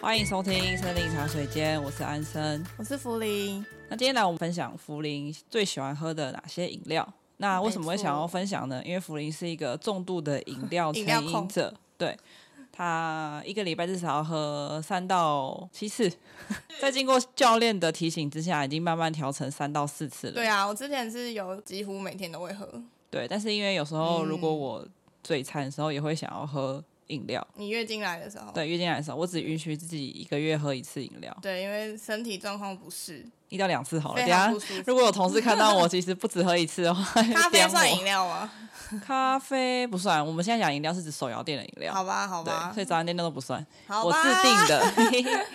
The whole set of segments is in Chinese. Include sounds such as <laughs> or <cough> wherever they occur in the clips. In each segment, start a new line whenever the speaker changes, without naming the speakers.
欢迎收听森林茶水间，我是安生。
我是福林，
那今天来我们分享福林最喜欢喝的哪些饮料？那为什么会想要分享呢？因为福林是一个重度的饮料成
饮料控
瘾者， <laughs> 对他一个礼拜至少要喝三到七次， <laughs> 在经过教练的提醒之下，已经慢慢调成三到四次了。
对啊，我之前是有几乎每天都会喝，
对，但是因为有时候如果我嘴馋的时候，也会想要喝饮料。
你月经来的时候，
对，月经来的时候，我只允许自己一个月喝一次饮料，
对因为身体状况不适，
一到两次好了。等
非
一下
常不舒服。
如果有同事看到
<laughs>
我，其实不止喝一次的话，
咖
<laughs>
啡
点
算
我
饮料啊吗？
咖啡不算。我们现在讲饮料是指手摇店的饮料，
好吧，好吧
对，所，以早餐店都不算。
好
我
吧，
自定
<laughs>
的。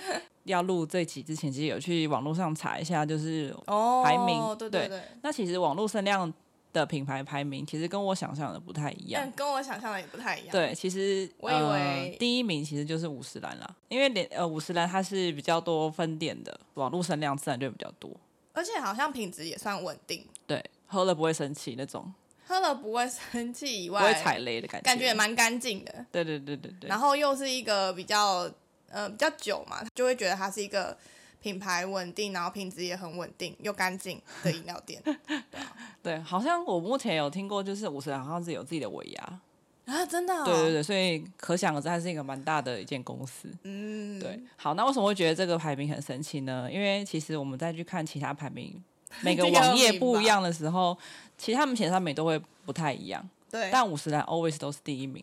要录这期之前，其实有去网络上查一下，就是
哦，
排名
对
对
对，
那其实网络声量的品牌排名，其实跟我想象的不太一样
但。跟我想象的也不太一样，，
对，其实
嗯我以
呃
为
第一名其实就是五十岚啦，因为连呃五十岚它是比较多分店的，网络声量自然就比较多。
而且好像品质也算稳定，
对，喝了不会生气那种，
喝了不会生气以
不会
外，
踩雷的感觉，
感觉也蛮干净的，
对对对对对
然。后又是一个比较呃比较久嘛，就会觉得它是一个品牌稳定，然后品质也很稳定又干净的饮料
<laughs>
店
对，好像我目前有听过，就是五十岚好像是有自己的尾牙，
啊，真的、哦，
对对对，所以可想而知，它是一个蛮大的一间公司。
嗯，
对，好，那为什么会觉得这个排名很神奇呢？因为其实我们再去看其他排
<laughs>
名，每个
第二
网页
名
不
吧
一样的时候，其实他们前三名都会不太一样，
对，
但五十岚 always 都是第一名，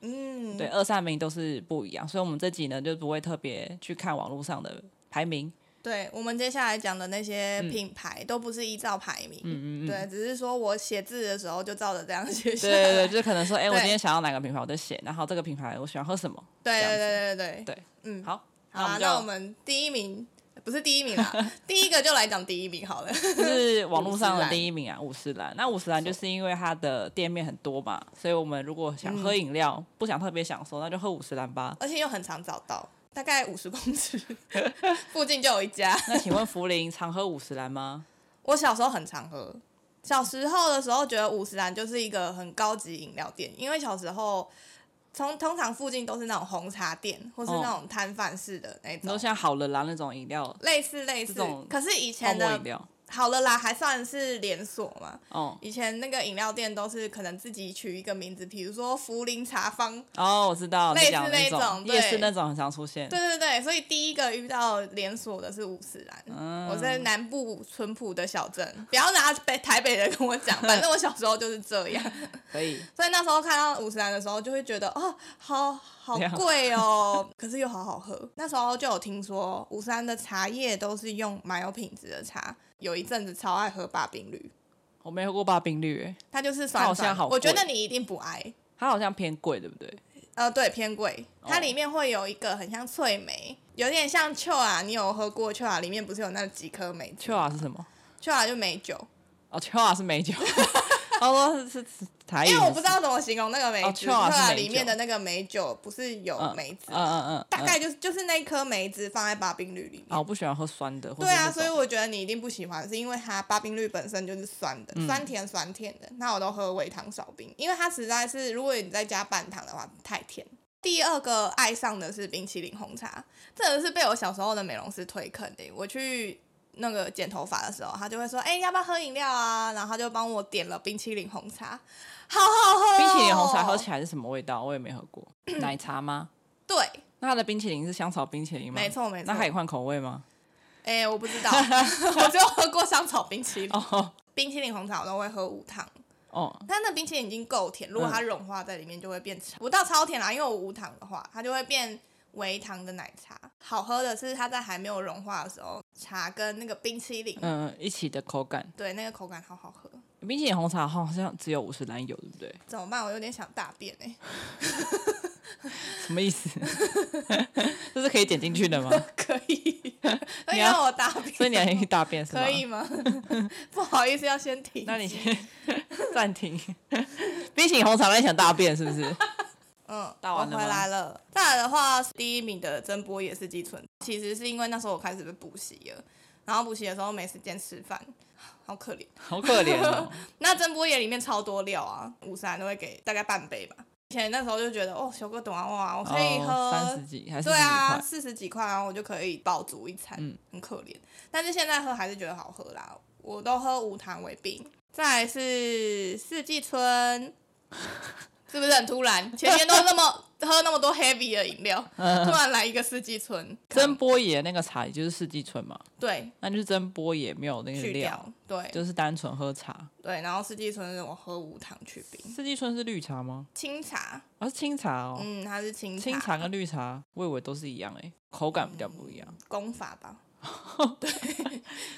嗯，
对，二三名都是不一样，所以我们这集呢就不会特别去看网络上的排
<laughs>
名，
对，我们接下来讲的那些品牌都不是依照排名，
嗯嗯嗯，
对，只是说我写字的时候就照着这样写下
对
来，
对对，
<laughs>
就是可能说，哎、我
对
今天想要哪个品牌，我就写，然后这个品牌我喜欢喝什么，这
对
样子
对对对对
对
嗯，
好，
好啊，
那
那
我
我
们
们第一名不是第一
<laughs>
名啦，第一个就来讲第一名好了，
就就是网络上
五
的
十岚。
第一名啊，五十岚。那五十岚就是因为它的店面很多嘛，所以我们如果想喝饮料，不想特别享受，那就喝五十岚吧
<laughs> 而且又很常找到，大概五十公
<laughs>
尺附近就有一家。
那请问福林常喝五十岚吗？
我小时候很常喝，小时候的时候觉得五十岚就是一个很高级饮料店，因为小时候通通常附近都是那种红茶店或是
哦
那种摊贩式的那
你
种，
说像好了啦那种饮料，
类似类似
这种。
可是以
泡
前
沫
的
饮料，
好了啦，还算是连锁嘛。
哦、
以前那个饮料店都是可能自己取一个名字，比如说福林茶坊，
哦，我知道
类似
你讲的那
那种对
夜市那种很常出现，
对对对，所以第一个遇到连锁的是五十岚。
嗯
我在南部淳朴的小镇，不要拿北台北人跟
<laughs>
我讲，反正我小时候就是这样。
可以，
所以那时候看到五十岚的时候，就会觉得哦，好好
这样
贵哦，可是又好好喝。那时候就有听说五十岚的茶叶都是用蛮有品质的茶，有一阵子超爱喝八冰绿，
我没喝过八冰绿，哎
它就是
它
酸
好像
酸的。
好
我觉
贵
得你一定不爱，
它好像偏贵，对不对？
呃，对，偏贵。
哦
它里面会有一个很像脆梅，有点像秋啊，你有喝过秋啊？里面不是有那几颗梅子？
秋雅是什么？
秋啊就梅酒，
哦，秋雅是美
<laughs>
酒， <laughs> 他说是是是台语，
因为我不知道怎么形容那个梅
哎哦
子，
秋啊是
啊
梅
里面
酒
的那个梅酒不是有
嗯
梅子
嗯嗯嗯，
大概就是就是那一颗梅子放在八冰绿里面。
啊，我不喜欢喝酸的，或
对啊，
是
所
那
以
种
我觉得你一定不喜欢，是因为它八冰绿本身就是酸的，
嗯
酸甜酸甜的。那我都喝微糖少冰，因为它实在是，如果你再加半糖的话，太甜。第二个爱上的是冰淇淋红茶，真的是被我小时候的美容师推坑的。欸我去那个剪头发的时候，他就会说：“哎、要不要喝饮料啊？”然后他就帮我点了冰淇淋红茶，好好喝、哦。
冰淇淋红茶 <laughs> 喝起来是什么味道？我也没喝过，
<clears throat>
奶茶吗？
对，
那它的冰淇淋是香草冰淇淋吗？
没。错没错
那。还有换口味吗？
哎、我不知道， <laughs> 我只有喝过香草冰淇淋。
哦
冰淇淋红茶我都会喝无糖，
哦，
但那冰淇淋已经够
嗯
甜，如果它融化在里面就会变成不到超甜啦，因为我无糖的话，它就会变微糖的奶茶。好喝的是它在还没有融化的时候，茶跟那个冰淇淋，
嗯，一起的口感。
对那个口感好好喝。
冰淇淋红茶好像只有五十岚有，对不对？
怎么办？我有点想大便
<laughs>
哎、
什么意思？这是可以点进去的
<laughs>
吗？
<laughs> 可以，会
你要
让我大便，
所以你还去大便是吗？
可以吗？ <laughs> 不好意思，要先停。
那你先 <laughs> 暂停。冰淇淋红茶在想大便是不
<laughs>
是？
嗯，
打完了
我
吗
回来了。再来的话，第一名的真波也是寄存，其实是因为那时候我开始被补习了，然后补习的时候没时间吃饭，好可怜。
好可怜哦。
那真波野里面超多料啊，五十岚都会给大概半杯吧。以前那时候就觉得哦，修个短袜，我 <laughs> 可以喝
哦三十几还是
对啊，
40几
四十几块，然后我就可以饱足一餐，
嗯
很可怜。但是现在喝还是觉得好喝啦，我都喝无糖为冰。再来是四季
<laughs>
春，是不是很突然？前天都那么喝那么多 heavy 的饮
<laughs>
料，
嗯
突然来一个四季春，
块？真波野那个茶也就是四季春嘛，
对
那就是真波野没有那个
去
料
掉，，对
就是单纯喝茶。
对，然后四季春是我喝无糖去冰，
四季春是绿茶吗？
清茶，
啊，是清茶哦。
嗯，它是清茶，
清茶跟绿茶，我以为都是一样诶、欸口感比较不一样，
功法 <laughs> 吧？对，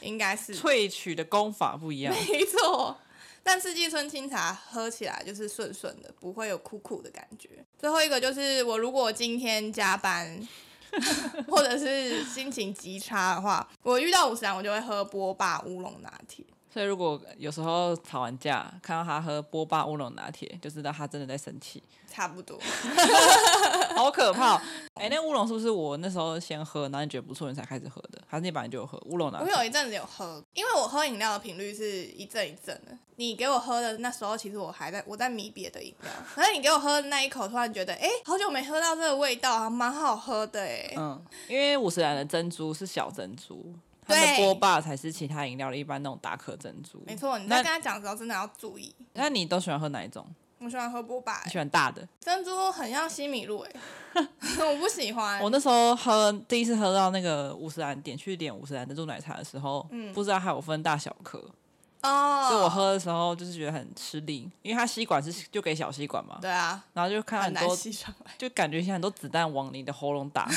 应该是
萃取的功法不一样。
嗯没错， <laughs> 但四季春清茶喝起来就是顺顺的，不会有苦苦的感觉。最后一个就是，我如果今天加班， <laughs> 或者是心情极差的话，我遇到五十岚，我就会喝波霸乌龙拿铁。
所以如果有时候吵完架，看到他喝波霸乌龙拿铁，就知道他真的在生气，
差不多，
好可怕哦！哎、那乌龙是不是我那时候先喝，然后你觉得不错，你才开始喝的？还是你本来就有喝乌龙拿
我
铁？
有一阵子有喝，因为我喝饮料的频率是一阵一阵的。你给我喝的那时候，其实我还在我在迷别的饮料，可是你给我喝的那一口，突然觉得，哎、好久没喝到这个味道，还蛮好喝的哎、
嗯，因为五十岚的珍珠是小珍珠，它的
对
波霸才是其他饮料的一般那种打可珍珠。
没错，你
那
在跟他讲的时候，真的要注意。
那你都喜欢喝哪一种？
我喜欢喝波霸、欸
你喜欢大的？
珍珠很像西米露哎、 <laughs> 我不喜欢。
我那时候喝第一次喝到那个五十岚点去点五十岚珍珠奶茶的时候，
嗯
不知道还有分大小颗，
哦，
所以我喝的时候就是觉得很吃力，因为它吸管是就给小吸管嘛，
对啊，
然后就看到很
很难
多，
吸上
<laughs>
来。
就感觉像很多子弹往你的喉咙
<laughs>
打，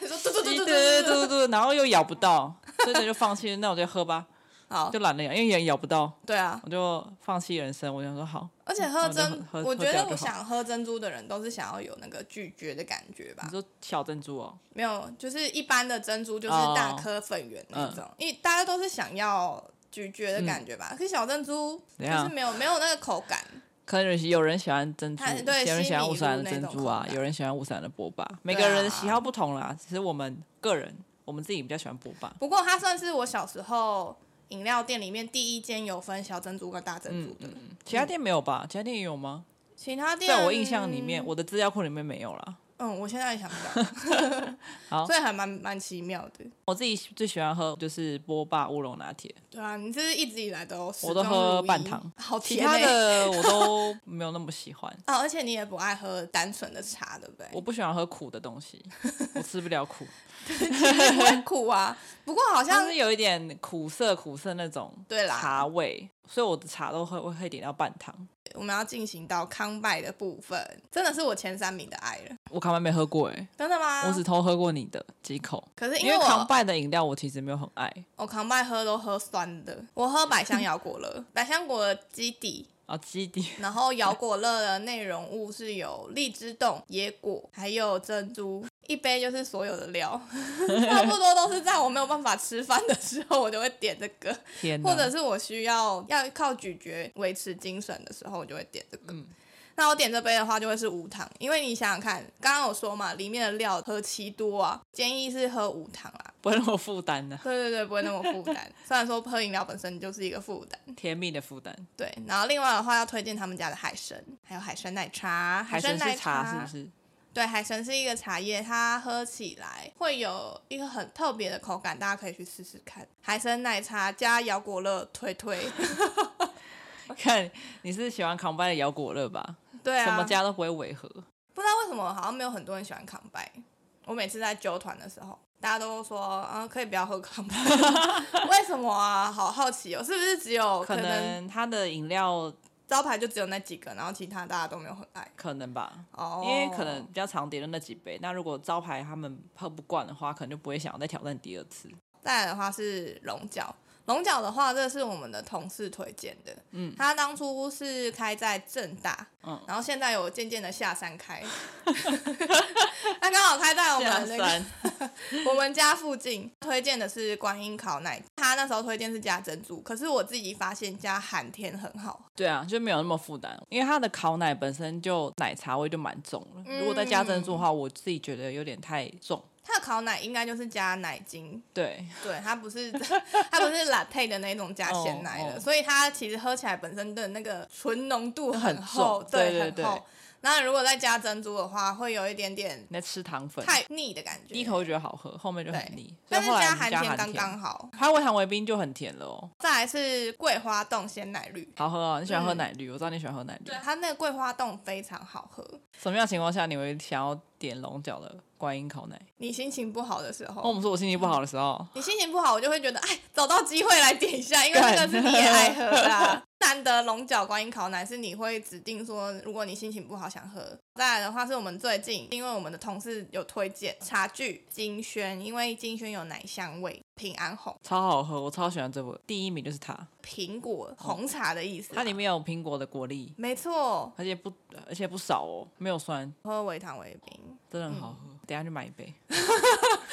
你说嘟嘟
对对
嘟嘟嘟
对
嘟嘟，
对对，然后又咬不到，所以呢就放弃了，那我就喝吧，
好
就，懒得咬，因为也咬不到，
对啊。
我就放弃人生，我想说嗯好，
而且喝
那我就
珍，
喝
我
喝
觉
掉
得
就好
我想喝珍珠的人都是想要有那个咀嚼的感觉吧
你。说小珍珠哦，
没有，就是一般的珍珠就是
哦嗯
大颗粉圆那种，因为大家都是想要咀嚼的感觉吧。可是小珍珠
怎
就是
样
没有没有那个口感，
可能有些有人喜欢珍珠，
它对
有人喜欢五十岚的
西米露
珍
那种
珠啊
口，感
有人喜欢五十岚的波霸，每
对
个人
啊
的喜好不同啦。其实我们个人，我们自己比较喜欢波霸。
不过它算是我小时候饮料店里面第一间有分小珍珠跟大珍珠
嗯
的。
嗯嗯，其他店没有吧？其他店也有吗？
其他店
在我印象里面，我的资料库里面没有啦。
嗯，我现在也想不到，
<laughs> 好
所以还蛮蛮奇妙的。
我自己最喜欢喝就是波霸乌龙拿铁，
对啊，你是不是一直以来都始
我都
终
喝
如一
半糖
好
其
甜、欸、
他的我都没有那么喜
<laughs>
欢。
哦，而且你也不爱喝单纯的茶，对不
<laughs>
对？
我不喜欢喝苦的东西，我吃不了苦，
不会苦啊，不过好
它
<laughs> 像
是有一点苦涩苦涩那种
对啦
茶味，所以我的茶都会会会点到半糖。
我们要进行到康拜的部分，真的是我前三名的爱了，
我卡曼没喝过哎、
真的吗？
我只偷喝过你的几口，
可是因
因为
我
康拜的饮料我其实没有很爱
我康拜喝都喝酸的，我喝百香摇果乐，百香果的基底，
啊。基底
然后摇果乐的内容物是有荔枝冻、野果，还有珍珠。一杯就是所有的料， <laughs> 差不多都是在我没有办法吃饭的时候，我就会点这个，
天哪，
或者是我需要要靠咀嚼维持精神的时候，我就会点这个。那我点这杯的话，就会是无糖，因为你想想看，刚刚有说嘛，里面的料何其多啊，建议是喝无糖 <laughs> 啦。
不会那么负担呢，
对对对，不会那么负 <laughs> 担。虽然说喝饮料本身就是一个负担，
甜蜜的负担。
对，然后另外的话要推荐他们家的海参，还有海参奶茶，
海参
参奶
是茶是不是？ <laughs>
对，海参是一个茶叶，它喝起来会有一个很特别的口感，大家可以去试试看。海参奶茶加摇果乐推推， <laughs>
看你是喜欢康拜的摇果乐吧？
对啊，
什么家都不会违和。
不知道为什么好像没有很多人喜欢康拜。我每次在揪团的时候，大家都说啊、可以不要喝
<laughs>
康拜，为什么啊？好好奇哦，是不是只有
可能它的饮料
招牌就只有那几个，然后其他大家都没有很爱
可能吧，
哦？
因为可能比较常点的那几杯。那如果招牌他们喝不惯的话，可能就不会想要再挑战第二次。
再来的话是龙角，龙角的话，这是我们的同事推荐的。嗯，他当初是开在正大，
嗯
然后现在有渐渐的下山开， <laughs> 他刚好开在我
下
们那个
山，
我们家附近。推荐的是观音烤奶，他那时候推荐是加珍珠，可是我自己发现加寒天很好。
对啊，就没有那么负担，因为它的烤
嗯
奶本身就奶茶味就蛮重了。如果再加珍珠的话，我自己觉得有点太重。
它的烤奶应该就是加奶精，
对，
对，它
<laughs>
不是它不是 latte 的那种加鲜奶
哦
的
哦
所以它其实喝起来本身的那个醇浓度
很
厚，
重
对
对对对
很厚。那如果再加珍珠的话，会有一点点
你在吃糖粉，
太腻的感觉。
第一口就觉得好喝，后面就
对
很腻。所以
但是
后来我们
含
加
甜
含
刚
甜
刚好。
还有微糖微冰就很甜了哦，
再来是桂花冻鲜奶绿，
好喝哦。你喜欢喝
嗯
奶绿，我知道你喜欢喝奶绿
对。啊它那个桂花冻非常好喝。
什么样的情况下你会想要点龙角的观音烤奶？
你心情不好的时候，
哦，我们说我心情不好的时候，
你心情不好，我就会觉得，哎，找到机会来点一下，因为这个是你也爱喝
<laughs>
的啊。难得龙角观音烤奶是你会指定说，如果你心情不好想喝。再来的话是我们最近，因为我们的同事有推荐茶具金萱，因为金萱有奶香味，平安红
超好喝，我超喜欢这部，第一名就是它，
苹果红茶的意思啊、
嗯它里面有苹果的果粒，
没错，
而且不而且不少哦，没有酸，
喝微糖微冰，
真的很好喝。
嗯
等一下去买一杯。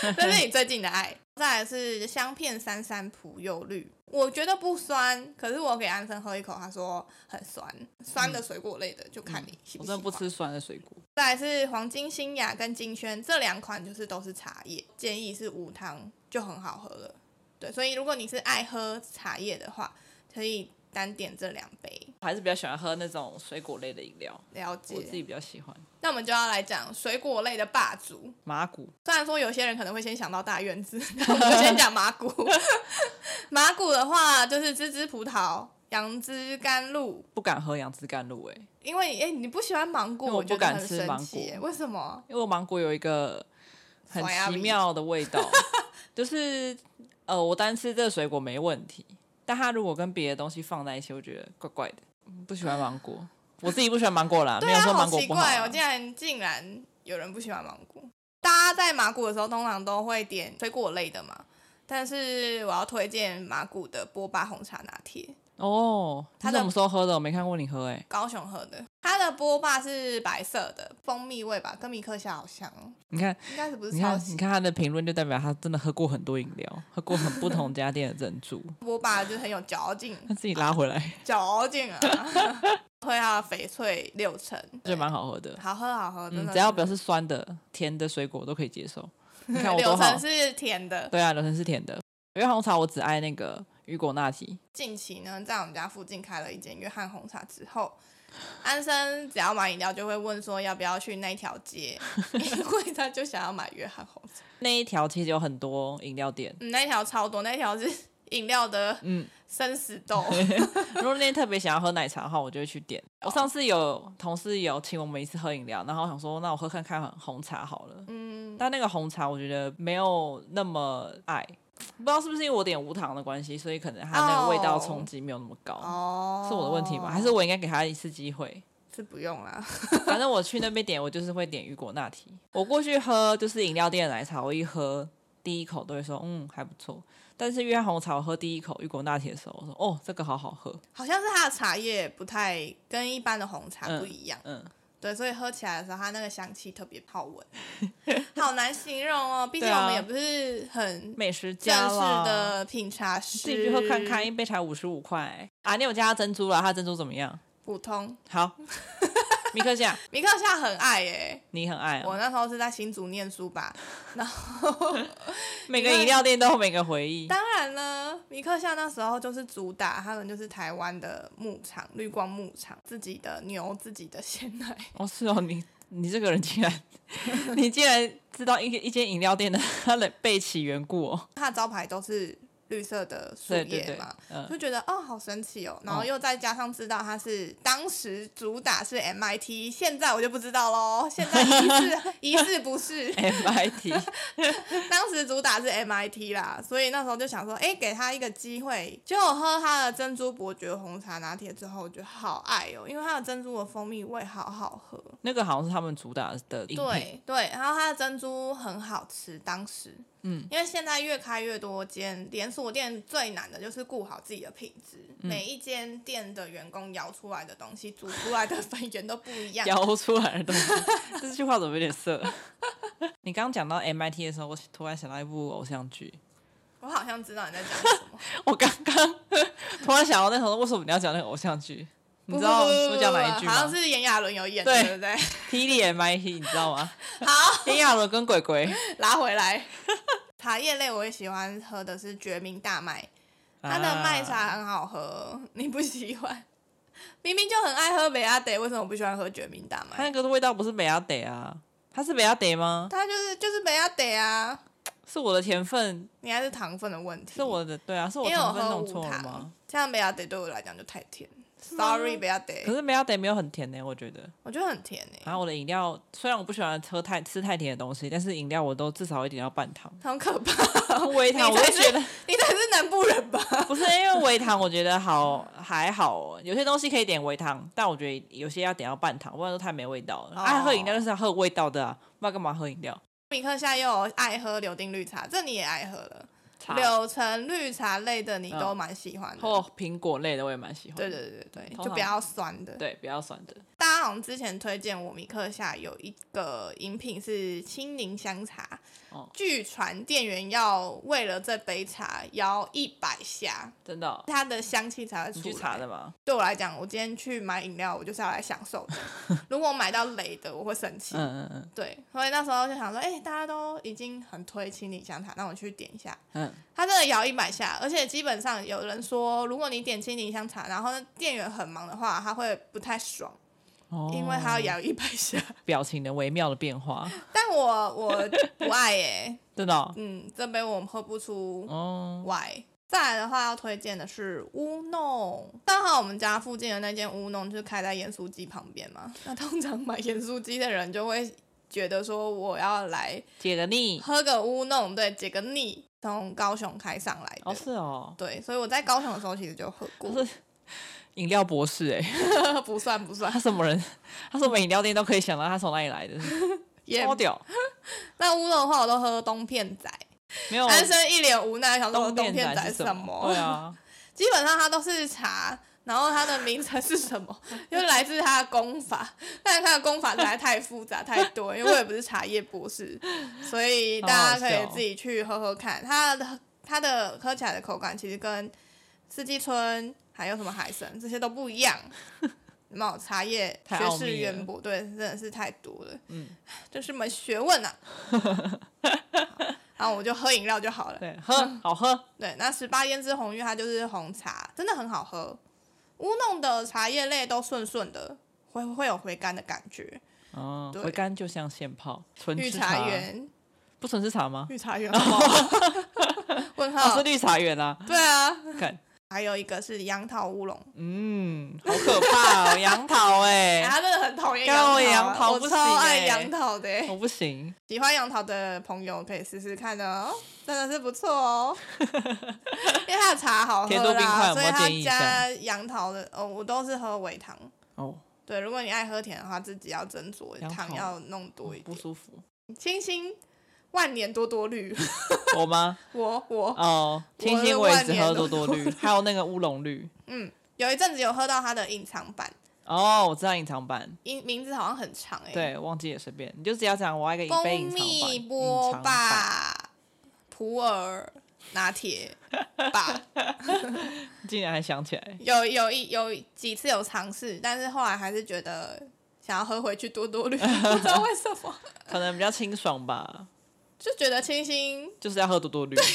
这是你最近的爱。再来是香片三三葡柚绿，我觉得不酸，可是我给安生喝一口，他说很酸。酸的水果类的、就看你喜
嗯我
不喜
真的
欢。
不吃酸的水果，
再来是黄金新雅跟金萱这两款，就是都是茶叶，建议是无糖就很好喝了。对，所以如果你是爱喝茶叶的话，可以单点这两杯。
我还是比较喜欢喝那种水果类的饮料，
了
我自
解。
己比较喜欢
那我们就要来讲水果类的霸主，
麻古。
虽然说有些人可能会先想到大院子，但我们就先讲麻古。 <laughs> 麻古的话，就是芝芝葡萄、杨枝甘露，
不敢喝杨枝甘露哎、
因为哎、诶你不喜欢芒果，
因为我
觉
不
得
敢
很
吃
神
芒
奇耶，
果啊
为什么？
因为芒果有一个很
酸呀
奇
味
妙的味
<laughs>
道，就是呃，我单吃这个水果没问题，但它如果跟别的东西放在一起，我觉得怪怪的，嗯不喜欢芒果。我自己不喜欢芒果啦，
对
没有
啊，
说
好
芒果
奇
不好
怪
啊、
哦，竟然竟然有人不喜欢芒果。大家在麻古的时候，通常都会点水果类的嘛，但是我要推荐麻古的波霸红茶拿铁。
哦，
它
他
的
什么时候喝的？我没看过你喝哎、
高雄喝的，它的波霸是白色的，蜂蜜味吧，跟米克夏好像哦，
你看，
应该是不是
你
超
看，
喜
你看他的评论就代表他真的喝过很多饮料，喝过很不同家店的珍
<laughs>
珠，
波霸就是很有嚼劲， <laughs>
他自己拉回来，
嚼劲啊，会它的翡翠六成，
我觉得蛮好喝的。
好喝好喝，真
嗯，
的。
只要不要是酸的、甜的水果我都可以接受。你
<laughs>
看我
柳
多好
橙，是甜的。
对啊，柳橙是甜的。因为红茶我只爱那个雨果纳提，
近期呢，在我们家附近开了一间约翰红茶之后。安生只要买饮料就会问说要不要去那条街， <laughs> 因为他就想要买约翰红茶。
那一条其实有很多饮料店。
嗯，那条超多，那条是 <laughs> 饮料的
嗯，
生死
<laughs>
斗。
如果那天特别想要喝奶茶的话，我就会去点。我上次有同事有请我们一次喝饮料，然后我想说，那我喝看看红茶好了。
嗯，
但那个红茶我觉得没有那么爱，不知道是不是因为我点无糖的关系，所以可能它那个味道冲击没有那么高。
哦，
是我的问题吗？还是我应该给他一次机会？
是不用啦？ <laughs>
反正我去那边点，我就是会点雨果拿提。我过去喝就是饮料店的奶茶，我一喝第一口都会说嗯还不错。但是约翰红茶，我喝第一口雨果拿铁的时候，我说哦这个好好喝，
好像是它的茶叶不太跟一般的红茶不一样，
嗯，
对，所以喝起来的时候，它那个香气特别
<laughs>
好闻，好难形容哦。毕竟
对啊
我们也不是很
美食
正
家
式
啦，
的品茶
自
师，
己去喝看看，一杯才五十五块啊！你有加珍珠啦？它珍珠怎么样？
普通。
好， <laughs> 米克夏，
米克夏很爱耶、
你很爱、
我
哦，
那时候是在新竹念书吧，然后
每个饮料店都有每个回忆。
当然呢，米克夏那时候就是主打，他们就是台湾的牧场绿光牧场，自己的牛，自己的鲜奶。 <laughs>
哦，是哦，你你这个人竟然， <laughs> 你竟然知道一一间饮料店的它的背起缘故哦。
它的招牌都是绿色的树
对对
叶
对
嘛，，
嗯，
就觉得哦好神奇哦，然后
哦
又再加上知道它是当时主打是 MIT，现在我就不知道喽，现在
<laughs>
疑似疑似不是，
哎 MIT，
当时主打是 MIT 啦，所以那时候就想说，哎，给他一个机会，结果喝它的珍珠伯爵红茶拿铁之后，我觉得好爱哦，因为它的珍珠的蜂蜜味好好喝，
<laughs> 那个好像是他们主打的饮 <laughs> 品。
对对，然后它的珍珠很好吃，当时，
嗯，
因为现在越开越多间连锁店，最难的就是顾好自己的品质，
嗯
每一间店的员工摇出来的东西，煮出来的 <laughs> 粉圆都不一样。
摇出来的东西，这句话怎么有点色？ <laughs> 你刚刚讲到 MIT 的时候，我突然想到一部偶像剧。
我好像知道你在讲什么，
我刚刚突然想到那时候，为什么你要讲那个偶像剧？ <laughs> 你知道我讲哪一句
好像
吗？
是炎亚纶有演的，
对
对不对？
霹雳 MIT，你知道吗？
好，
炎亚纶跟鬼
<laughs>
鬼
拉回来。茶叶类我也喜欢喝的是决明大麦，它的麦
啊
茶很好喝，你不喜欢？明明就很爱喝北阿得，为什么不喜欢喝决明大
它那
麦？
个味道不是美亚得啊，它是美亚得吗？
它就是就是北阿得啊，
是我的甜分，
你还是糖分的问题。
是我的对啊，是我
因为
甜
我
分
喝
弄
无
错了吗
糖？，像北阿得对我来讲就太甜。
吗
Sorry，北阿
可
得，
是啊美亚得没有很甜呢、我觉得。
我觉得很甜欸诶、
然后我的饮料虽然我不喜欢喝太吃太甜的东西，但是饮料我都至少一定要半糖，
很可怕。 <laughs>
微糖我
哦你
就
才是
觉得
你才是南部人吧？ <laughs>
不是因为微糖，我觉得好还好哦，有些东西可以点微糖，但我觉得有些要点到半糖，不然都太没味道了。
哦
爱、喝饮料就是要喝有味道的啊，不然干嘛喝饮料？
米克夏又有爱喝柳丁绿茶，这你也爱喝了。
茶
柳橙绿茶类的你都
嗯
蛮喜欢的。
或苹果类的我也蛮喜欢的。
对对对对对，
通
就
常
比较酸的。
对，比较酸的。
大家好像之前推荐我米克夏有一个饮品是青柠香茶，
哦
据传店员要为了这杯茶摇一百下，
真的哦、
它的香气才会
你
出
去
来。
查的吗？
对我来讲，我今天去买饮料，我就是要来享
<laughs>
受的。如果我买到雷的，我会生气。
嗯嗯嗯
对，所以那时候就想说，哎、大家都已经很推青柠香茶，那我去点一下。
嗯，
它真的摇一百下，而且基本上有人说，如果你点青柠香茶，然后呢店员很忙的话，他会不太爽，
哦
因为他要摇一百下。
表情的微妙的变化，
但我我不爱耶、 <laughs>
真的哦。
嗯，这杯我们喝不出
哦
why。再来的话要推荐的是乌弄，刚好我们家附近的那间乌弄就是开在盐酥鸡旁边嘛。那通常买盐酥鸡的人就会觉得说，我要来
解个腻。
喝个乌弄，对，解个腻，从高雄开上来的。
哦，是哦，
对，所以我在高雄的时候其实就喝过，
是饮料博士哎、
不算不算
他，什么人？ <laughs> 他什么饮料店都可以想到他从哪里来的，<laughs>
也
超屌。
那乌龙的话我都喝冬片仔，
没有
安生一脸无奈，想说
哦冬
冬片
仔
仔
是
什么？
对，啊，
基本上它都是茶，然后它的名称是什么，又来自它的功法，但是它的功法实在太复杂太多，因为我也不是茶叶博士，所以
好
大
好
家可
笑
以自己去喝喝看。它的它的喝起来的口感其实跟四季春还有什么海参这些都不一样。有没有茶叶
太
学
奥
识
秘了
渊博，对，真的是太多了， <laughs>
嗯，
真是门学问呐、然后我就喝饮料就好了。 <laughs>
对，喝
嗯
好喝，
对，那十八胭脂红玉它就是红茶，真的很好喝。乌弄的茶叶类都顺顺的，会会有回甘的感觉。
嗯，
对
回甘就像现泡，纯
绿
吃
茶园，
不纯吃茶吗？
绿茶
<laughs>
园好不好？ <laughs> 问
哦，
号
是？绿茶园啦，
对啊，
看，
还有一个是杨桃乌龙，
嗯，好可
<laughs>
怕哦，杨桃哎
哎，，他真的很讨厌
干我杨
杨
桃
桃啊，
不行
我超爱
哎
杨桃的欸。
我不行，
喜欢杨桃的朋友可以试试看哦，真的是不错
<laughs>
哦。因为它的茶好
甜度
喝
冰块
啦，
有
所
没
以
有
它
建议一下
加杨桃的，哦，我都是喝微糖。 <laughs>
哦，
对，如果你爱喝甜的话，自己要斟酌
良
糖
好
要弄多一
不
点。
舒服，
清新万年多多绿，
我吗？
我我、
<laughs> 哦，清新我也只喝多多绿，还有那个乌龙绿，
嗯，有一阵子有喝到它的隐藏版，
哦，我知道隐藏版，
名名字好像很长哎、欸，
对，忘记也随便，你就只要讲我要一个一杯
蜂
隐藏版，
蜜
隐
波
藏版，
霸普洱拿铁吧，
竟然还想起来，
有有一有几次有尝试，但是后来还是觉得想要喝回去多多绿， <laughs> 不知道为什么，
可能比较清爽吧，
就觉得清新，
就是要喝多多绿。
对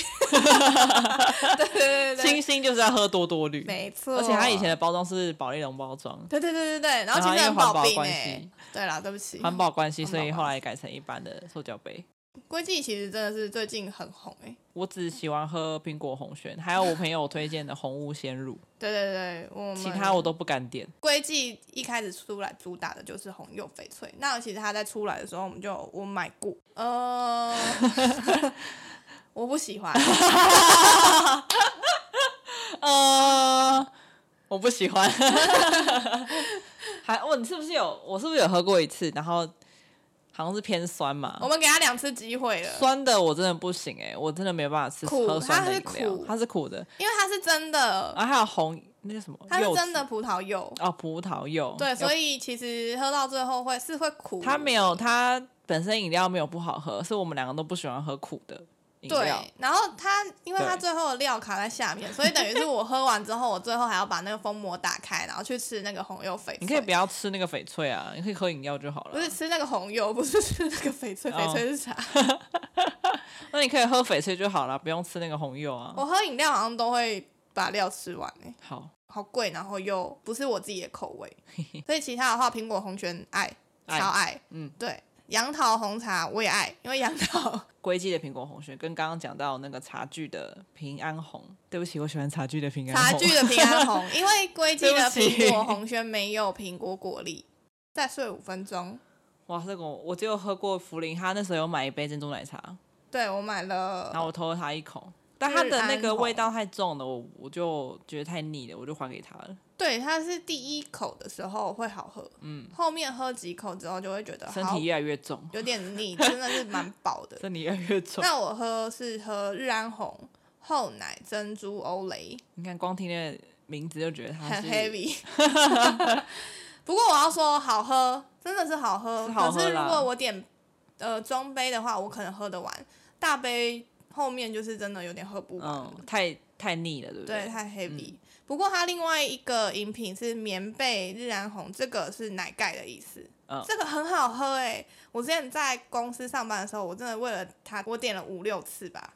对对
清
对，
新就是要喝多多绿，
没错，
而且它以前的包装是保利龙包装，
对对对对对，然后
然后
其实
因为
很
环
保
保
冰
关
哎、
系嗯
对啦，对不起，
环保关系，
嗯环
所
保
以
关
后来改成一般的塑胶杯。
龟记其实真的是最近很红哎、
我只喜欢喝苹果红轩，还有我朋友推荐的红屋鲜
<laughs>
乳，
对对对，我们
其他我都不敢点。
龟记一开始出来主打的就是红柚翡翠，那其实它在出来的时候我们就有我买过，
<laughs>
呃，我不喜欢，
呃，我不喜
<laughs>
欢。还哦，你是不是有？我是不是有喝过一次？然后好像是偏酸嘛
我。们给他两次机会了，
酸的我真的不行哎、我真的没有办法吃
苦
喝酸的饮
它是
料
苦，
它是苦的，
因为它是真的，
然啊后还有红那个什么，
它
柚
是
子
真的葡萄柚，
哦，葡萄柚，
对，
以。
所以其实喝到最后会是会苦，
它没有，它本身饮料没有不好喝，是我们两个都不喜欢喝苦的。饮
对
料，，
然后它因为它
对
最后的料卡在
<laughs>
下面，所以等于是我喝完之后，我最后还要把那个封膜打开，然后去吃那个红柚翡翠。
你可以不要吃那个翡翠啊，你可以喝饮料就好了。
不是，吃那个红柚，不是吃那个翡翠，翡翠是啥？
那你可以喝翡翠就好了，不用吃那个红柚啊。
我喝饮料好像都会把料吃完诶、
好，
好贵，然后又不是我自己的口 <laughs> 味，所以其他的话，苹果红泉爱，超爱，
嗯，
对，杨桃红茶我也爱，因为杨桃 <laughs>
归记的苹果红轩跟刚刚讲到那个茶具的平安红，对不起，我喜欢茶具的平安
茶
红。
具的平安红，因为归记的
对不起
苹果红轩没有苹果果粒。再睡五分钟，
哇，这个我我只有喝过茯苓，他那时候有买一杯珍珠奶茶，
对我买
然
了，
后我偷了他一口，但他的那
日安
个
红
味道太重了，我我就觉得太腻了，我就还给他了。
对，它是第一口的时候会好喝，
嗯，
后面喝几口之后就会觉得
身
好
体越来越重，
有点腻，真的是蛮饱的。
身体越来越重。
那我喝是喝日安红、厚奶珍珠欧蕾，
你看，光听那个名字就觉得它
很
哦是
heavy。不过我要说，好喝，真的是好喝。
是好喝
可是如
啦
果我点呃中杯的话，我可能喝得完，大杯后面就是真的有点喝不完了。
嗯，太太腻了，对不嗯
对，
对，
太 heavy。不过它另外一个饮品是棉被日然红，这个是奶盖的意思。
嗯
这个很好喝哎、我之前在公司上班的时候，我真的为了它，我点了五六次吧。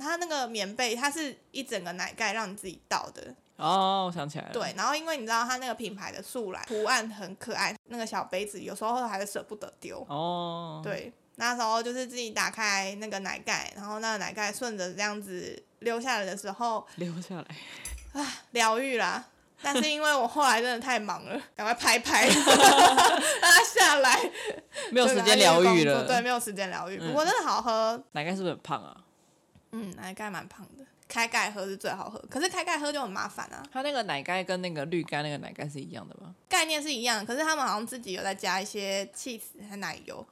它那个棉被，它是一整个奶盖让你自己倒的，
哦，我想起来了，
对，然后因为你知道它那个品牌的素来图案很可爱，那个小杯子有时候还会舍不得丢。
哦，，
对，那时候就是自己打开那个奶盖，然后那个奶盖顺着这样子溜下来的时候，
留下
<laughs>
来。
疗愈啦。但是因为我后来真的太忙
<laughs>
了，赶快拍拍，让它下来。
没有时
对
间疗愈
然后就去工作
了。
对，，没有时间疗愈。不
嗯
过真的好喝，
奶盖是不是很胖啊？
嗯，奶盖蛮胖的，开盖喝是最好喝。可是开盖喝就很麻烦啊，
它那个奶盖跟那个绿盖那个奶盖是一样的吗？
概念是一样，可是他们好像自己有再加一些 cheese 和奶油。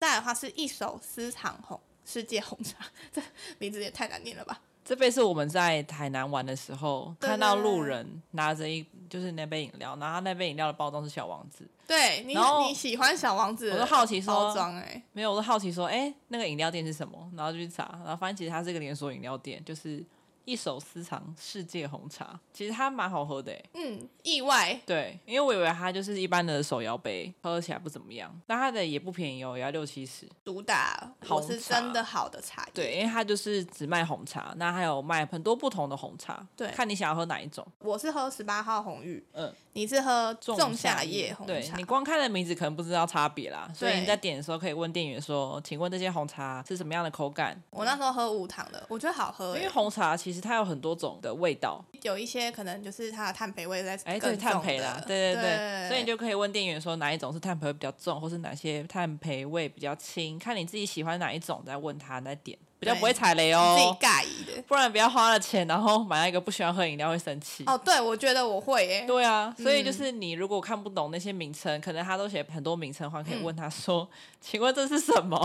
再来的话是一手私藏红世界红茶， <laughs> 这名字也太难念了吧？
这杯是我们在台南玩的时候
对
看到路人拿着一就是那杯饮料，然后那杯饮料的包装是小王子。
对你
然后
你喜欢小王子的
我都好奇说
包装哎、
没有，我都好奇说，哎，那个饮料店是什么？然后就去查，然后发现其实它是一个连锁饮料店，就是一手私藏世界红茶，其实它蛮好喝的诶。
嗯，意外
对，因为我以为它就是一般的手摇杯，喝起来不怎么样，但它的也不便宜哦，也要六七十。
主打我
红
是
茶
真的好的茶叶，
对，因为它就是只卖红茶，那还有卖很多不同的红茶，
对
看你想要喝哪一种。
我是喝十八号红玉，
嗯，
你是喝仲
夏
夏夜红
对
茶
你，光看的名字可能不知道差别啦，所以
对
你在点的时候可以问店员说：“请问这些红茶是什么样的口感
我那时候喝无糖的，我觉得好？”喝、
因
欸，
为红茶其实它有很多种的味道，
有一些可能就是它的碳培味在
哎，对，
更
碳
重
培啦
的，，
对
对
对，所以你就可以问店员说哪一种是碳培味比较重，或是哪些碳培味比较轻，看你自己喜欢哪一种，再问他再点，比较
对
不会踩雷
自己
哦，
尬意的。
不然不要花了钱，然后买到一个不喜欢喝饮料会生气。
哦，嗯对，我觉得我会耶、
对啊，所以就是你如果看不懂那些名称，可能他都写很多名称的话，
嗯
可以问他说：“请问这是什么？”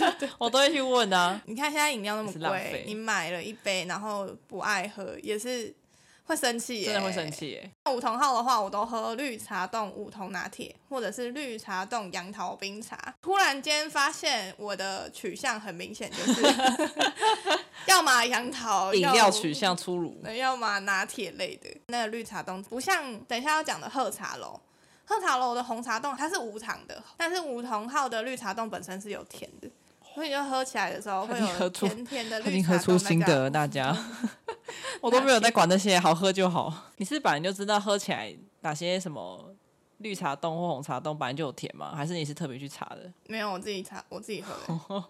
<laughs>
我都会去问啊。
你看现在饮料那么
也是浪
贵
费，
你买了一杯，然后不爱喝，也是会生气、耶
真的会生。气耶！
五同号的话，我都喝绿茶冻五同拿铁，或者是绿茶冻杨桃冰茶。突然间发现我的取向很明显，就是 <laughs> 要么杨桃
饮
要
料取向出炉，
对，要么拿铁类的。那个绿茶冻不像等一下要讲的喝茶楼，喝茶楼的红茶冻它是无糖的，但是梧桐号的绿茶冻本身是有甜的，所以就喝起来的时候
他
会
已经
有
喝出
甜甜的
他已
绿
经
茶
喝
冻
出
在
心
这
得
儿
了，大家。
<laughs>
我都没有在管那些，好喝就好。你是本来就知道喝起来哪些什么绿茶冻或红茶冻本来就有甜吗？还是你是特别去查的？ <laughs>
没有，我自己查，我自己喝的，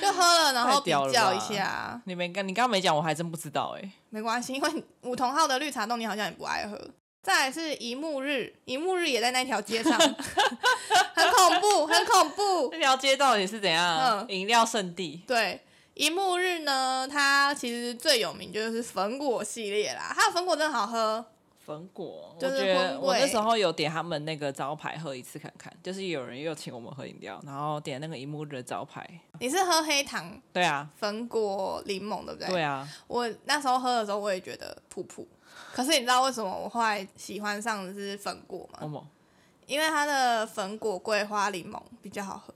就喝了，然后
哦太
比
屌了
较
吧
一下，
你没跟你刚刚没讲，我还真不知道哎。
没关系，因为五同号的绿茶冻你好像也不爱喝。再来是一幕日，一幕日也在那条街上，很恐怖，很恐怖。
那条街到底是怎样
嗯？
饮料圣地。
对，一幕日呢，它其实最有名就是粉果系列啦，它的粉果真的好喝，
粉果，
就是
我觉
荤
得我那
味
时候有点他们那个招牌喝一次看看，就是有人又请我们喝饮料，然后点那个一幕日的招牌。
你是喝黑糖
对啊，
粉果柠檬对不对？
对啊，
我那时候喝的时候我也
哦
觉得普普，可是你知道为什么我后来喜欢上的是粉果吗？
某某
因为它的粉果、桂花、柠檬比较好喝。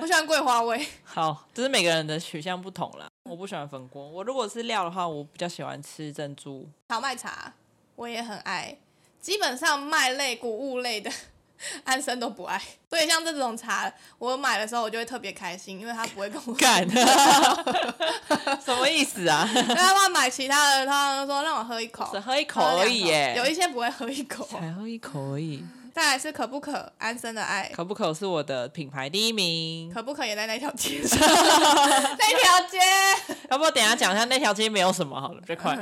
我喜欢桂花味，
好，只是每个人的取向不同啦。我不喜欢粉锅，我如果是料的话，我比较喜欢吃珍珠。
小麦茶我也很爱，基本上麦类、谷物类的 <laughs> 安生都不爱，所以像这种茶，我买的时候我就会特别开心，因为它不会跟
<laughs>
我
干，什么意思啊？
对他要买其他的，他就说让我喝一口，
只喝一口
喝两
而已耶，
有一些不会喝一
<laughs>
口。
才喝一口而已。
再来是可不可安生的爱，
可不可是我的品牌第一名？
可不可也在那条
<laughs>
街上，那条街。 <laughs>
要不我等一下讲一下那条街没有什么好了，比较快。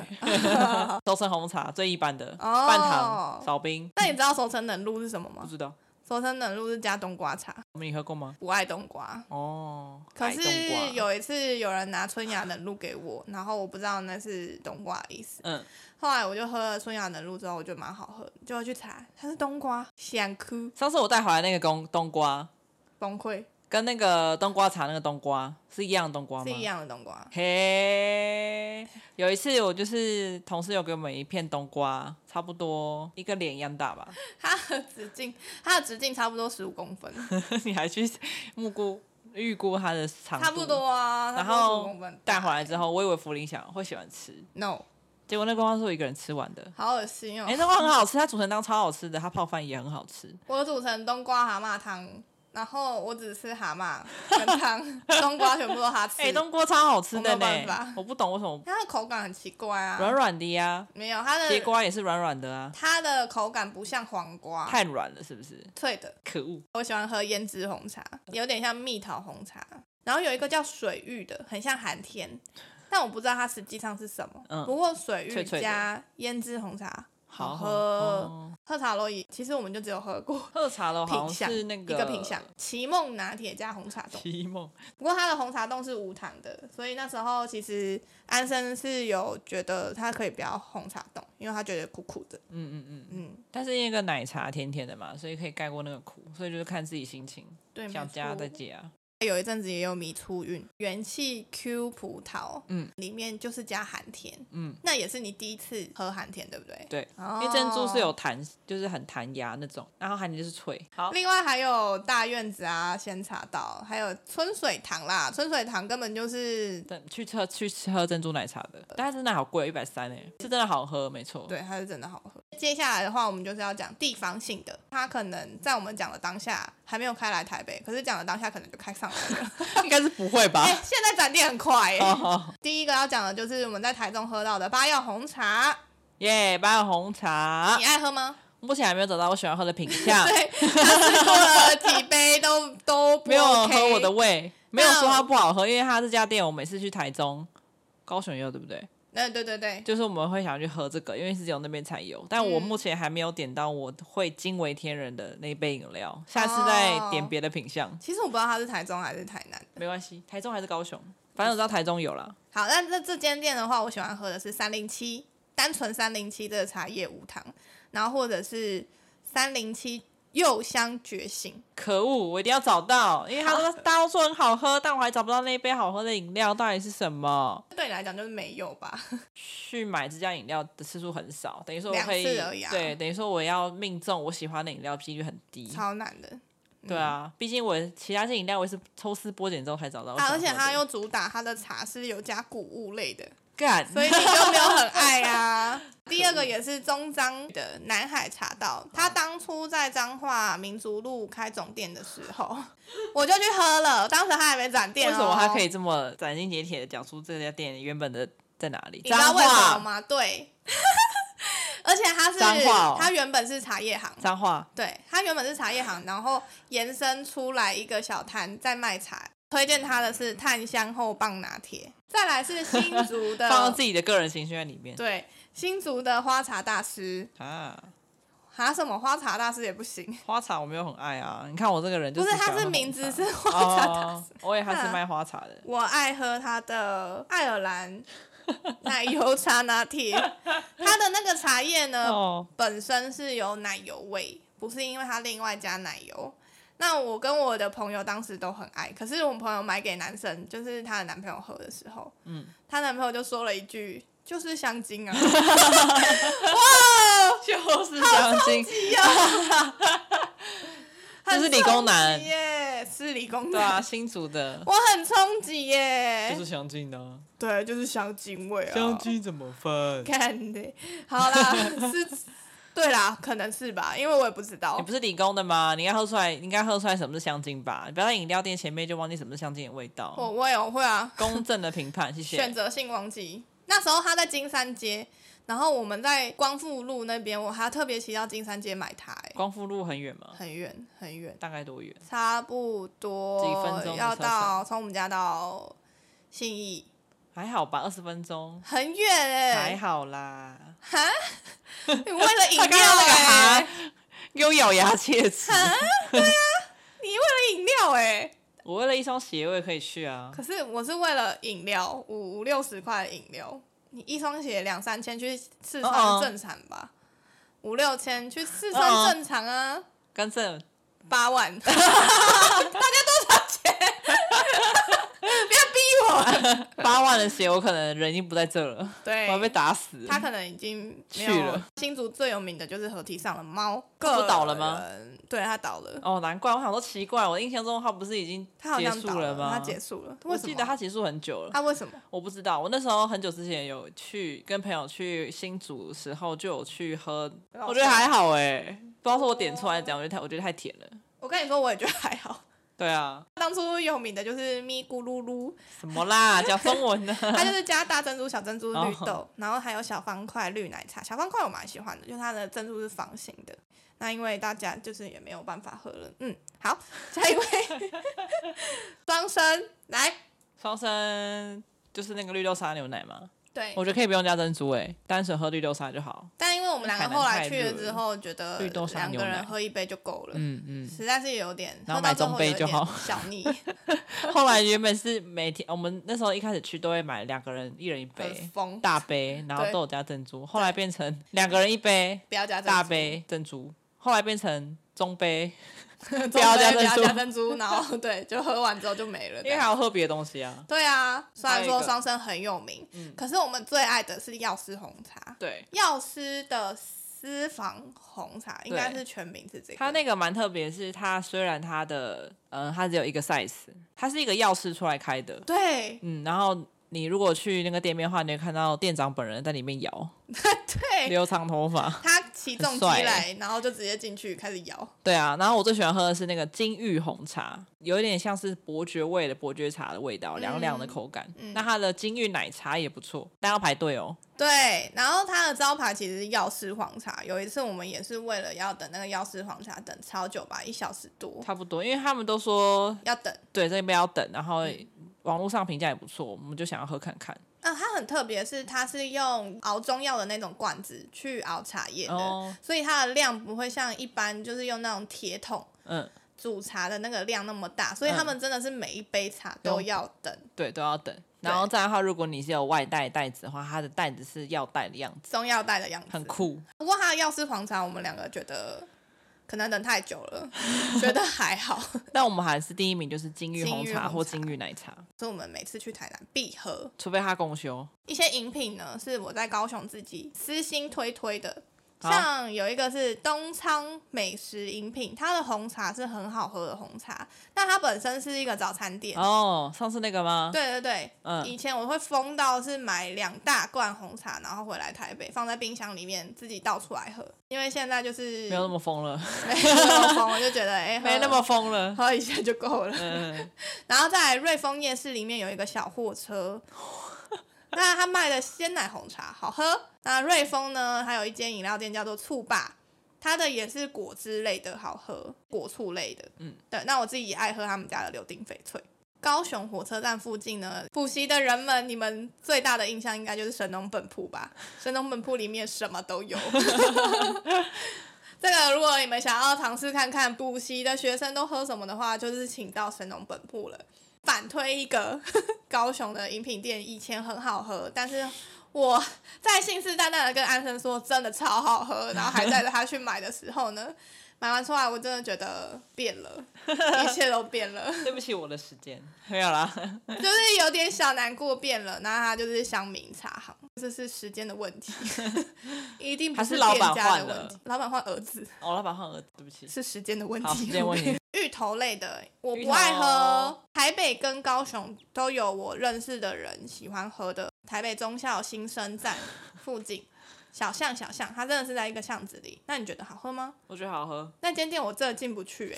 都是红茶最一般的，
哦
半糖少冰，
那你知道熟成冷露是什么
不
吗？
知道。
熟成冷露是加冬瓜茶，
我们你喝过吗？
不爱冬瓜。
哦，
可
海冬瓜
是有一次有人拿春芽冷露给我，然后我不知道那是冬瓜的意思。
嗯，
后来我就喝了春芽冷露之后，我觉得蛮好喝的，就去查它是冬瓜，想哭
上次我带回来那个冬冬瓜，
崩溃，
跟那个冬瓜茶那个冬瓜是一样的冬瓜吗？
是一。样的冬瓜。
嘿，有一次我就是同事有给我们一片冬瓜，差不多一个脸一样大吧。 <laughs>
它的直径，它的直径差不多十五公分，
你还去目估预估它的长度
差不多。啊。
然
差不多15
后
公分
带回来之后，我以为福林想会喜欢吃，
，no，
结果那冬瓜是我一个人吃完的。
好恶心哦！
哎、冬瓜很好吃，它煮成汤超好吃的，它泡饭也很好吃。
我煮成冬瓜蛤蟆汤，然后我只吃蛤蟆跟汤， <laughs> 冬瓜全部都他吃。
哎、冬瓜超好吃的
我没有
呢
办法，
我不懂为什么
它的口感很奇怪啊，呃
软软的呀，
没有它
节
的
瓜也是软软的啊，
它的口感不像黄瓜，
太软了是不是？
脆的。
可恶！
我喜欢喝胭脂红茶，有点像蜜桃红茶。然后有一个叫水玉的，很像寒天，但我不知道它实际上是什么。
嗯
不过水
脆
玉
脆的
加胭脂红茶好喝。
哦
喝茶而已，其实我们就只有喝过
喝茶了好
品
像
相，
是那
一个品相，奇梦拿铁加红茶冻。
提梦
不过它的红茶冻是无糖的，所以那时候其实安生是有觉得他可以不要红茶冻，因为他觉得苦苦的。
嗯嗯嗯，
嗯，
但是那个奶茶甜甜的嘛，所以可以盖过那个苦，所以就是看自己心情，
对，
想
没
加
错
再加。
有一阵子也有米醋韵元气 Q 葡萄，
嗯，
里面就是加寒甜，
嗯，
那也是你第一次喝寒甜，对不对？
对，
哦
因为珍珠是有弹，就是很弹牙那种，然后含你就是脆。好，
另外还有大院子啊、仙茶道，还有春水堂啦。春水堂根本就是，
等去喝去吃喝珍珠奶茶的，但它真的好贵，一百三哎，是真的好喝，没错。，
对，它是真的好喝。接下来的话，我们就是要讲地方性的，它可能在我们讲的当下还没有开来台北，可是讲的当下可能就开
<laughs>
上来了。
应该是不会吧
<laughs> 哎、？现在展店很快耶、
哦，
第一个要讲的就是我们在台中喝到的八药红茶，
耶，八有红茶
你，爱喝吗？
目前还没有找到我喜欢喝的品相，
对，他试过了几杯都都
<laughs>
不
没有
OK
合我的胃，没有
那
说它不好喝，因为它这家店我每次去台中、高雄也有，对不对？
嗯，对对对，
就是我们会想去喝这个，因为是只有那边才有。但我
嗯
目前还没有点到我会惊为天人的那一杯饮
哦
料，下次再点别的品相、
其实我不知道他是台中还是台南。
没关系。台中还是高雄，反正我知道台中有啦。
好，那这这间店的话，我喜欢喝的是三零七，单纯三零七这个茶叶无糖，然后或者是三零七柚香觉醒。
可恶，我一定要找到，因为他说大家都说很好喝，但我还找不到那一杯好喝的饮料到底是什么。
对你来讲就是没有吧？
去买这家饮料的次数很少，等于说我
两
可以
次而已啊
对，等于说我要命中我喜欢的饮料几率很低。
超难的。
对啊，毕竟我其他些饮料我也是抽丝剥茧之后才找到我哦想
啊，
喝
而
的。
且它又主打它的茶是有加谷物类的，
干，
所以你就没有很爱
<laughs>
啊。第二个也是中彰的南海茶道，他当初在彰化民族路开总店的时候，我就去喝了，当时他还没展店、
为
哦。
什么他可以？这么斩钉截铁的讲出这家店原本的在哪里？
你知道为什么
彰化，
吗？对， <laughs> 而且他是
彰化哦
他原本是茶叶行，
彰化，
对他原本是茶叶行，然后延伸出来一个小摊在卖茶。推荐他的是炭香后棒拿铁，再来是新竹
<laughs>
的，
放到自己的个人情绪在里面
对新竹的花茶大师，
啊。
啊，什么花茶大师也不行，
花茶我没有很爱啊，你看我这个人就
不是，
只喜欢
他
喝
是
红
名字
茶
是
<laughs>
花茶大师。嗯
哦，我以为他是卖花茶的。
我爱喝他的爱尔兰奶油茶
<laughs>
拿铁，他的那个茶叶呢， <laughs>
哦，
本身是有奶油味，不是因为它另外加奶油。那我跟我的朋友当时都很爱，可是我们朋友买给男生，就是她的男朋友喝的时候，
嗯，
她男朋友就说了一句：“就是香精
<laughs>
啊。”
就是香精，
<laughs> 呀，很
<laughs> 就是理工男
冲击耶，是理工
对啊，
男，
新竹的
<laughs> 我很冲击耶，
就是相近呢，
对，就是香精味啊，
相近怎么
<laughs>
分？
看的，好啦，
<laughs>
是，对啦，可能是吧，因为我也不知道
你，不是理工的吗？你应该喝出来，你应该喝出来什么是香精吧？你不要在饮料店前面就忘记什么是香精的味
我
道。
我有会啊，
公正的评判，谢
选
谢。
择性忘记。那时候他在金山街，然后我们在光复路那边，我还特别骑到金山街买它、欸，
光复路很远吗？
很远很远，
大概多远？
差不多
几分钟的
要
车程
到从我们家到信义，
还好吧，二十分钟，
很远哎、
还好啦。
你为了饮
他刚刚
料
那个啊
哎、
哈，又咬牙切齿。
你为了饮料哎、
我为了一双鞋，我也可以去啊。
可是我是为了饮料，五五六十块的饮料，你一双鞋两三千去四
嗯
川
嗯
正常吧五六千去四
嗯嗯
川正常啊，
跟正 <laughs>
八万，大家多少钱？不要逼
八万的鞋，我可能人已经不在这了
我。，
我
对，
要被打死了。
他可能已经没有
去了。
新竹最有名的就是合体上了猫，
他不倒了吗
个人？对他倒了，
哦，难怪我想说奇怪，我印象中他不是已经
他好
结
像
束
倒
吗？
他结束了。
我
为什
记
么？
得他结束很久了。
他为什么？
我不知道，我那时候很久之前有去跟朋友去新竹的时候，就有去喝，
老
我觉得
少
还好哎、不知道是我点错还是怎样，我觉得太我觉得太甜了。
我跟你说，我也觉得还好。
对啊，
当初有名的就是咪咕噜噜，
什么啦，讲中文
<laughs>
呢？
它就是加大珍珠、小珍珠、
嗯哦
绿豆，然后还有小方块绿奶茶。小方块我蛮喜欢的，就是它的珍珠是方形的。那因为大家就是也没有办法喝了，嗯，好，下一位，双生来，
双生就是那个绿豆沙牛奶嘛，
对
我，觉得可以不用加珍珠哎、单纯喝绿豆沙就好。
但因为我们两个
海南
后来
太
去了
热
之
了
后，觉得
绿豆沙
两个
牛奶
人喝一杯就够了，
嗯嗯。
实在是有点，
然后
喝到
买
最
中杯
有一
就好
点小腻， <laughs>
后来原本是每天我们那时候一开始去都会买两个人一人一
很
杯
疯，
大杯，然后
呃对
都有加珍珠。后来变成两个人一杯
不要加珍
大
珠，
杯珍珠，后来变成中杯，
<laughs> 中
不要加
杯
珍
不
珠
要加珍珠，然后 <laughs> 对，就喝完之后就没了，这
因为
样
还要喝别的东西啊。
对啊，虽
还
然
有一
说
个嗯
双生很有名，可是我们最爱的是药师红茶。
对，
药师的私房红茶应该
对
是全名是这个。
它那个蛮特别，是它虽然它的嗯，它只有一个 size，它是一个药师出来开的，
对
嗯，然后你如果去那个店面的话，你会看到店长本人在里面摇，
对，
留长头发，
他起重
很
机
帅
来，然后就直接进去开始摇。
对啊，然后我最喜欢喝的是那个金玉红茶，有一点像是伯爵味的伯爵茶的味道，凉凉的口感。那它的金玉奶茶也不错，但要排队哦。
对，然后它的招牌其实是药师黄茶。有一次我们也是为了要等那个药师黄茶，等超久吧，一小时多，
差不多，因为他们都说
要等。
对这边要等，然后网络上评价也不错，我们就想要喝看看。
啊，它很特别，是它是用熬中药的那种罐子去熬茶叶的，
哦
所以它的量不会像一般就是用那种铁桶
嗯，
煮茶的那个量那么大，所以他们真的是每一杯茶都要等
对，都要等。然后再来的话，如果你是有外带袋子的话，它的袋子是药袋的样子，
中药袋的样子。
很。酷。
不过它的药师黄茶，我们两个觉得可能等太久
<laughs>
了，觉得还好，
但我们还是第一名，就是金玉
金
红
玉
茶
红
或
茶
金玉奶茶，
所以我们每次去台南必喝。
除非它公休。
一些饮品呢，是我在高雄自己私心推推的。
好
像有一个是东昌美食饮品，它的红茶是很好喝的红茶，但它本身是一个早餐店。
哦，上次那个吗？
对对对，
嗯，
以前我会疯到是买两大罐红茶，然后回来台北放在冰箱里面自己倒出来喝，因为现在就是
没有那么疯了，
没有那么疯，我就觉得哎、喝
没那么疯
<laughs>
了。
喝一下就够了。
嗯，
然后在瑞丰夜市里面有一个小货车，那他卖的鲜奶红茶好喝。那瑞丰呢，还有一间饮料店叫做醋爸，它的也是果汁类的好喝，果醋类的。
嗯
嗯，对。那我自己也爱喝他们家的柳丁翡翠。高雄火车站附近呢，补习的人们，你们最大的印象应该就是神农本铺吧？神农本铺里面什么都有。这个如果你们想要尝试看看补习的学生都喝什么的话，就是请到神农本铺了。反推一个 <laughs> 高雄的饮品店，以前很好喝，但是我在信誓旦旦的跟安生说真的超好喝，然后还带着他去买的时候呢， <laughs> 买完出来，我真的觉得变
<laughs>
了，一切都变了，
嗯对不起我的时间，没有啦。
就是有点小难过变了。然后它就是乡民茶行，这是时间的
<laughs>
问题，一定不
还是老
店
板
家的
换
问
了
题。老板换儿子
哦我老板换儿子，对不起。
是时间的问
好
题，
时间问题
<laughs> 芋头类的，我
芋
不
头
爱喝。台北跟高雄都有我认识的人喜欢喝的。台北中校新生站附近 <laughs> 小巷小巷，它真的是在一个巷子里。那你觉得好喝吗？
我觉得好喝，
那间店我真的进不去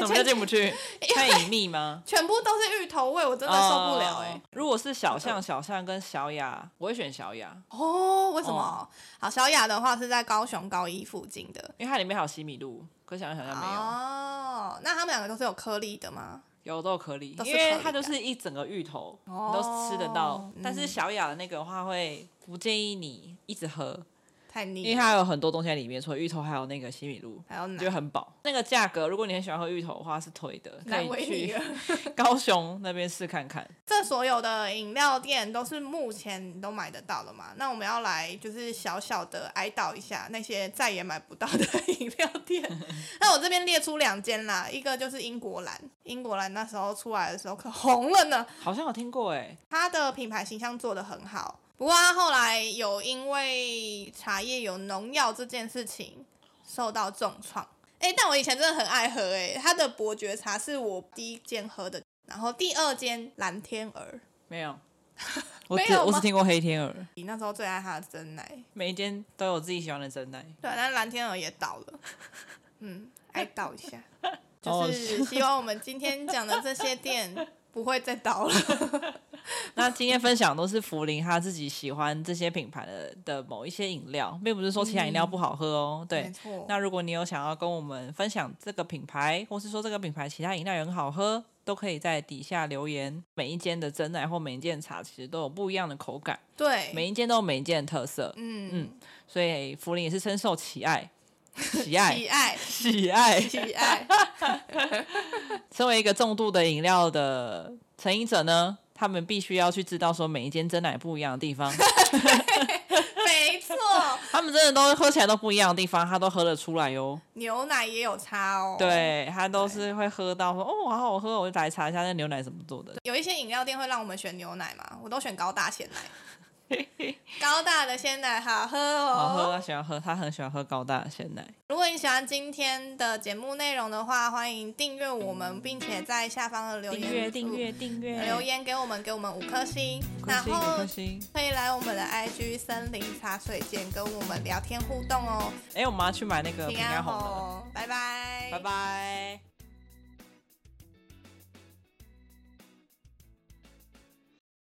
怎
那
么就
间
进不
<laughs>
去？太隐秘 <laughs> 吗？
全部都是芋头味，我真的受不了哎、
哦如果是小象、小象跟小雅，我会选小雅，
哦，为什么？
哦
好，小雅的话是在高雄高一附近的。
因为它里面还有西米露，可小象、小象没有，
哦，那他们两个都是有颗粒的吗？
有都有颗粒
都，是
因
颗
为
粒
它就
的
是一整个芋头，你
哦
都吃得到。但是
嗯
小雅的那个的话，会不建议你一直喝，
太腻了，
因为它有很多东西在里面，除了芋头，还有那个西米露。
还有奶
就很饱，那个价格，如果你很喜欢喝芋头的话，是推的，可
难
以
为你
去
了。
<laughs>
<laughs>
高雄那边试看看。
这所有的饮料店都是目前都买得到的嘛？那我们要来就是小小的哀悼一下那些再也买不到的饮料店。 <laughs> 那我这边列出两间啦，一个就是英国蓝，英国蓝那时候出来的时候可红了呢，
好像有听过哎、
它的品牌形象做得很好。不过它后来有因为茶叶有农药这件事情受到重创。哎，但我以前真的很爱喝哎，它的伯爵茶是我第一间喝的，然后第二间蓝天鹅。
没
<laughs>
有，我
没
只
有
我
吗
只听过黑天鹅，
你那时候最爱它的真奶，
每一间都有自己喜欢的真奶。
对，啊但蓝天鹅也倒了，嗯，哀悼一
<laughs>
下，
好
就
好
是希望我们今天讲的这
<laughs>
些店不会再倒了。
那今天分享都是福林他自己喜欢这些品牌的的某一些饮料，并不是说其他饮料不好喝哦。
嗯没
对，
错，
那如果你有想要跟我们分享这个品牌，或是说这个品牌其他饮料也很好喝，都可以在底下留言。每一间的真奶或每一间的茶其实都有不一样的口感，
对，
每一间都有每一间的特色，
嗯
所以福林也是深受其
<laughs>
爱，喜
嗯，喜
爱，
爱，
喜爱。
喜爱，
身为一个重度的饮料的成瘾者呢，他们必须要去知道说每一间真奶不一样的地
<laughs>
方。
没错，
他们真的都喝起来都不一样的地方，他都喝得出来哟。
牛奶也有差哦。。
对他都是会喝到说哦，好好喝，我就来查一下那牛奶怎么做的。
有一些饮料店会让我们选牛奶嘛，我都选高大鲜奶。
<laughs>
高大的鲜奶好喝哦，
好喝，他喜欢喝，他很喜欢喝高大的鲜奶。
如果你喜欢今天的节目内容的话，欢迎订阅我们，并且在下方的留言
阅订阅
留言给我们，给我们五颗星，
五颗
然
星五
后
颗星。
可以来我们的 IG 森林茶水间跟我们聊天互动哦。
哎、我们要去买那个平
平安
安红的，
哦，拜拜，
拜。拜。